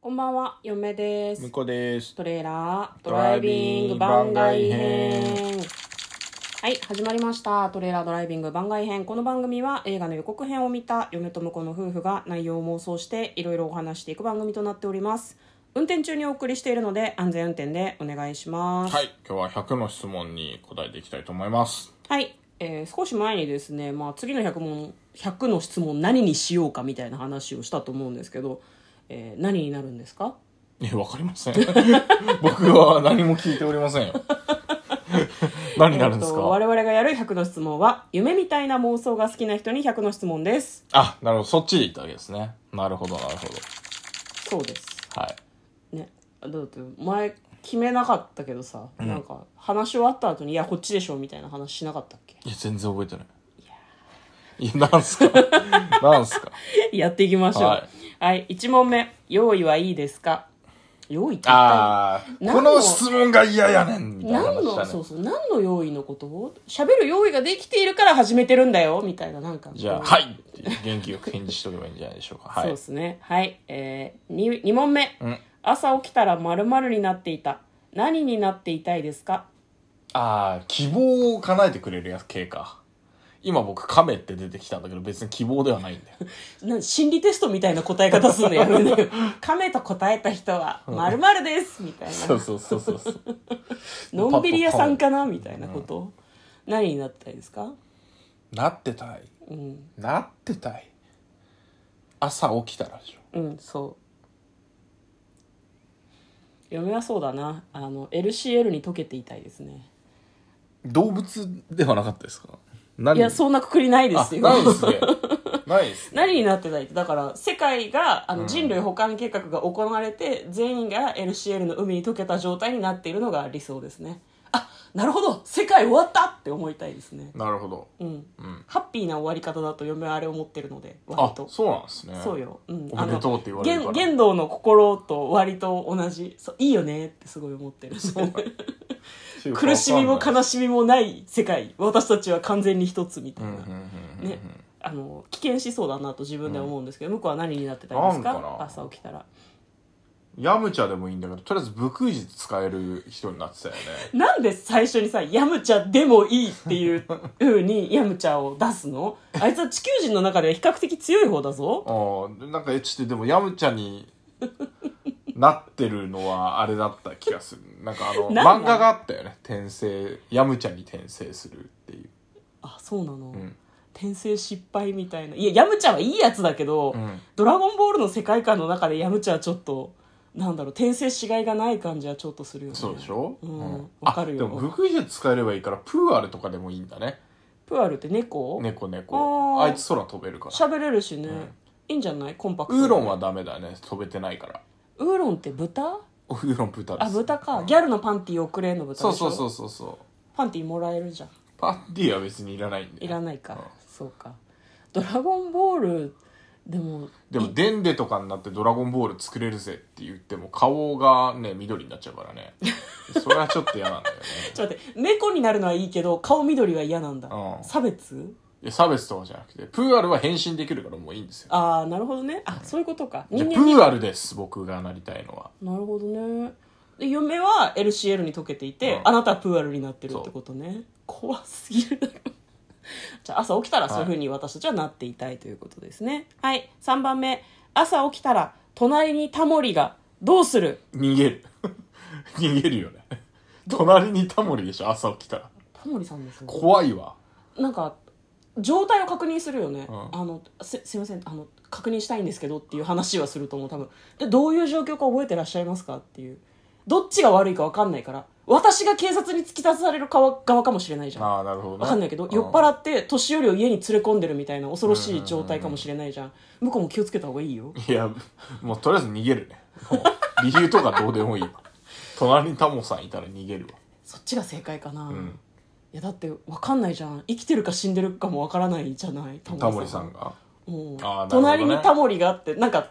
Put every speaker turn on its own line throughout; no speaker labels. こんばんは、嫁で
向
す。
こうです
トレーラードライビング番外編。はい、始まりました。トレーラードライビング番外編。この番組は映画の予告編を見た嫁と婿の夫婦が内容を妄想していろいろお話していく番組となっております。運転中にお送りしているので安全運転でお願いします。
はい今日は100の質問に答えていきたいと思います
はい、えー少し前にですね、まあ、次の100問100の質問何にしようかみたいな話をしたと思うんですけど、えー何になるんですか
えわかりません 僕は何も聞いておりませんよ 何になるんです
えっと
か、
我々がやる100の質問は夢みたいな妄想が好きな人に100の質問です
あなるほどそっちでいったわけですねなるほどなるほど
そうです
はい
ねだって前決めなかったけどさ、なんか話し終わった後に「いやこっちでしょ」みたいな話しなかったっ け
いや全然覚えてないいやな んすかなんすか
やっていきましょうは、
はい
1問目「用意はいいですか?」用意って一体
ああこ
何の
の質問が嫌やねんみたいな
何
話
の、
だ
そう
ね
そう何の用意のことを喋る用意ができているから始めてるんだよみたいななんか
じゃあ「
こう
はい」って元気よく返事しとけばいいんじゃないでしょうかは
そう
い
ですね。はい。えー、に2問目
ん。
朝起きたら〇〇になっていた。何になっていたいですか
ああ、希望を叶えてくれるやつ系か。今僕、亀って出てきたんだけど、別に希望ではないんだよ。
な心理テストみたいな答え方すんのやめなよ。亀と答えた人は〇〇ですみたい
そう
な。
そうそうそうそう。
のんびり屋さんかなみたいなこと。何になってたいですか
なってたい。
うん。
なってたい。朝起きたらでしょ。
うん、そう。嫁はそうだな。あの、LCL に溶けていたいですね。
動物ではなかったですか何
いや、そんなくくりないで
あ
すよ。
ないですね。ないですね。
何になってたいってだから世界があの人類保管計画が行われて、全員が LCL の海に溶けた状態になっているのが理想ですねあなるほど世界終わったって思いたいですね
なるほど。
うん、
うん。
ハッピーな終わり方だと嫁はあれ思ってるので割
あ
と、
そうなんですね。
そうよ、うん、
おめでとうって言われるから
あの言言動の心と割と同じそういいよねってすごい思ってる
っていうか
苦しみも
わかんな
悲
い
しみもない世界私たちは完全に一つみたいな、
うんうんうんうん
ね、あの危険しそうだなと自分では思うんですけど、向こうは何になってたいですか
なんかな
朝起きたら
ヤムチャでもいいんだけど、とりあえず、武空術使える人になってたよね。
なんで最初にさ「ヤムチャでもいい」っていう 風にヤムチャを出すのあいつは地球人の中では比較的強い方だぞ
ああなんかえちょっとでもヤムチャ になってるのはあれだった気がするなんかあの
なんなの
漫画があったよね転生ヤムチャに転生するっていう
あそうなの、
ん
転生失敗みたいないやヤムチャはいいやつだけど、
ん
ドラゴンボールの世界観の中でヤムチャはちょっとなんだろう転生しがいがない感じはちょっとするよね
そうでしょ
う
うんん
わかるよ
あでも福井術使えればいいからプーアルとかでもいいんだね
プアルって猫
猫猫
あー
あいつ空飛べるから
喋れるしね、いいんじゃないコンパクト
ウ
で
ーロンはダメだね飛べてないから
ウーロンって豚
ウーロン豚です
あ豚か、
うん
ギャルのパンティーをくれんの豚でし
そ
ょ
うそうそううそうそう
パンティーもらえるじゃん
パンティーは別にいらないんで
いらないか、
うん
そうかドラゴンボールでも
でもデンデとかになって「ドラゴンボール作れるぜ」って言っても顔がね緑になっちゃうか らねそれはちょっと嫌なんだよね
ちょっと待って猫になるのはいいけど顔緑は嫌なんだ、
うん
差別
いや差別とかじゃなくてプーアルは変身できるからもういいんですよ
ああなるほどねあそういうことか
じ
人
ゃあプ
間に
ーアルです僕がなりたいのは
なるほどねで嫁は LCL に溶けていて、
うん
あなたはプーアルになってるってことね怖すぎるだろ じゃあ朝起きたらそういうふうに私たちはなっていたいということですねはい、3番目朝起きたら隣にタモリがどうする
逃げる 逃げるよね隣にタモリでしょ朝起きたら
タモリさんですよ
怖いわ
なんか状態を確認するよね、
うん
あのすすいませんあの確認したいんですけどっていう話はすると思う多分でどういう状況か覚えてらっしゃいますかっていうどっちが悪いか分かんないから私が警察に突き出される側側かもしれないじゃん
ああなるほどね
わかんないけど、
う
酔っ払って年寄りを家に連れ込んでるみたいな恐ろしい状態かもしれないじゃん,、向こうも気をつけた方がいいよ
いやもうとりあえず逃げるねもう理由とかどうでもいいわ隣にタモさんいたら逃げるわ
そっちが正解かな、
ん
いやだってわかんないじゃん生きてるか死んでるかもわからないじゃないタ
タモリさんが
うん
あーなるほどね
隣にタモリがあってなんか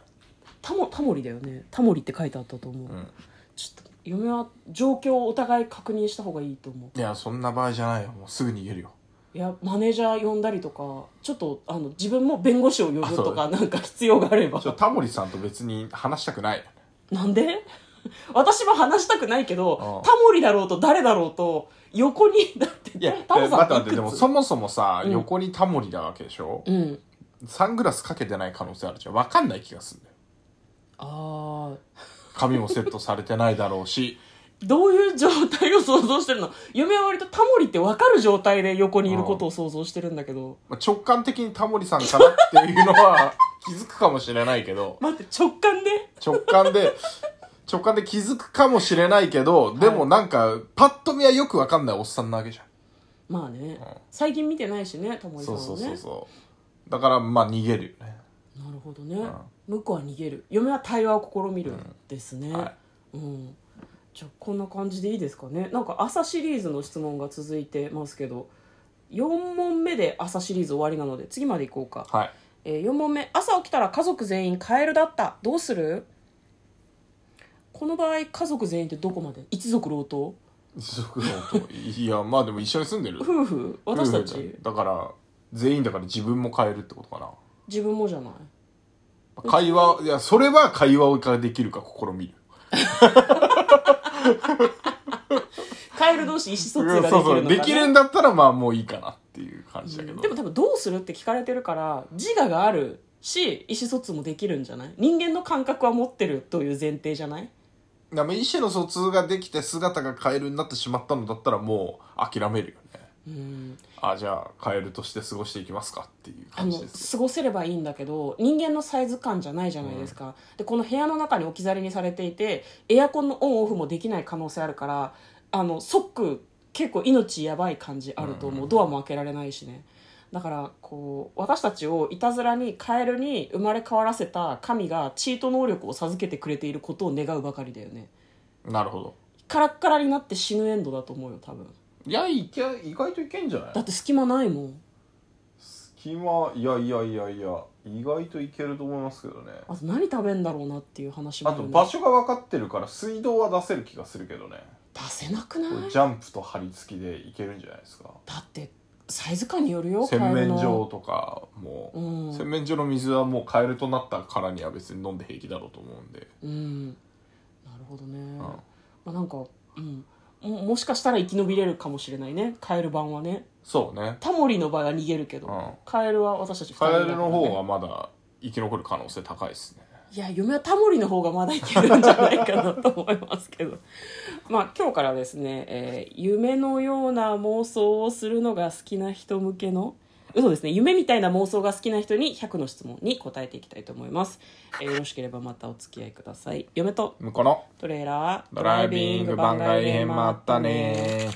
タモタモリだよねタモリって書いてあったと思う、
ん
ちょっと嫁は状況をお互い確認した方がいいと思
いやそんな場合じゃないよもうすぐ逃げるよ
ういやマネージャー呼んだりとかちょっとあの自分も弁護士を呼ぶとか
あ
なんか必要があれば
ちょタモリさんと別に話したくない。
なんで私は話したくないけ
う
ど
ん
タモリだろうと誰だろうと横にだって
いや、
タモ
え待
さ
って
ん
待っ
い
て、
く
でも
つ
そもそもさ、
うん
横にタモリなわけでしょ、
うん
サングラスかけてない可能性あるじゃん。わかんない気がするんだよ。
あ
髪もセットされてないだろうし。
あどういう状態を想像してるの嫁は割とタモリって分かる状態で横にいることを想像してるんだけど
まあ直感的にタモリさんかなっていうのは 気づくかもしれないけど、
待って直感で
直感で、 直感で気づくかもしれないけど、でもなんか、パッと見はよくわかんないおっさんなわけじゃん。
まあね最近見てないしねタモリさん
そう
はね
そうそうそう。だから、まあ逃げるよね。
なるほどね、向こうは逃げる嫁は対話を試みるですね、うん
は
じゃあこんな感じでいいですかねなんか朝シリーズの質問が続いてますけど4問目で朝シリーズ終わりなので次まで行こうか、
はい。
え4問目朝起きたら家族全員カエルだったどうするこの場合家族全員ってどこまで一族老頭
一族の音。いや、まあでも一緒に住んでる。
夫婦 私た
夫婦じ
ち
ゃんだから、全員だから自分も変えるってことかな。
自分もじゃない
会話、いや、それは会話ができるか試みる。
カエル同士意思疎
う
通
ん
ができるの
そう
か
そう。
な
できるんだったら、まあもういいかなっていう感じだけど。
でも多分どうするって聞かれてるから自我があるし意思疎通もできるんじゃない人間の感覚は持ってるという前提じゃない
でも意思の疎通ができて姿がカエルになってしまったのだったらもう諦めるよね
うん
あじゃあカエルとして過ごしていきますかっていう
あ
感
の
じです
過ごせればいいんだけど人間のサイズ感じゃないじゃないですか、でこの部屋の中に置き去りにされていてエアコンのオンオフもできない可能性あるからあの即結構命やばい感じあると思う、ドアも開けられないしねだからこう私たちをいたずらにカエルに生まれ変わらせた神がチート能力を授けてくれていることを願うばかりだよね
なるほど
カラッカラになって死ぬエンドだと思うよ多分
いやいけ意外といけんじゃな
だ
い
って隙間ないもん
隙間いやいやいやいや意外といけると思いますけどね
あと何食べんだろうなっていう話も
あ
ある
と
ね
場所が分かってるから水道は出せる気がするけどね
出せなくない
これジャンプと張り付きでいけるんじゃないですか
だってサイズ感によるよ
洗
カエル
面
の
所とかもう、
うん
洗面所の水はもうカエルとなったからには別に飲んで平気だろうと思うんで
うんなるほどね、まあなんかうんももしかしたら生き延びれるかもしれないねカエル版はね
そうね
タモリの場合は逃げるけど、
うん
カエルは私たち二人
カ
だか
エ
らね
ルの方はまだ生き残る可能性高いですね
いや嫁はタモリの方がまだいけるんじゃないかなと思いますけど まあ今日からですね、えー夢のような妄想をするのが好きな人向けの嘘ですね夢みたいな妄想が好きな人に100の質問に答えていきたいと思います、えーよろしければまたお付き合いください嫁と
向こうの
トレーラード
ドライビング番外編もあったね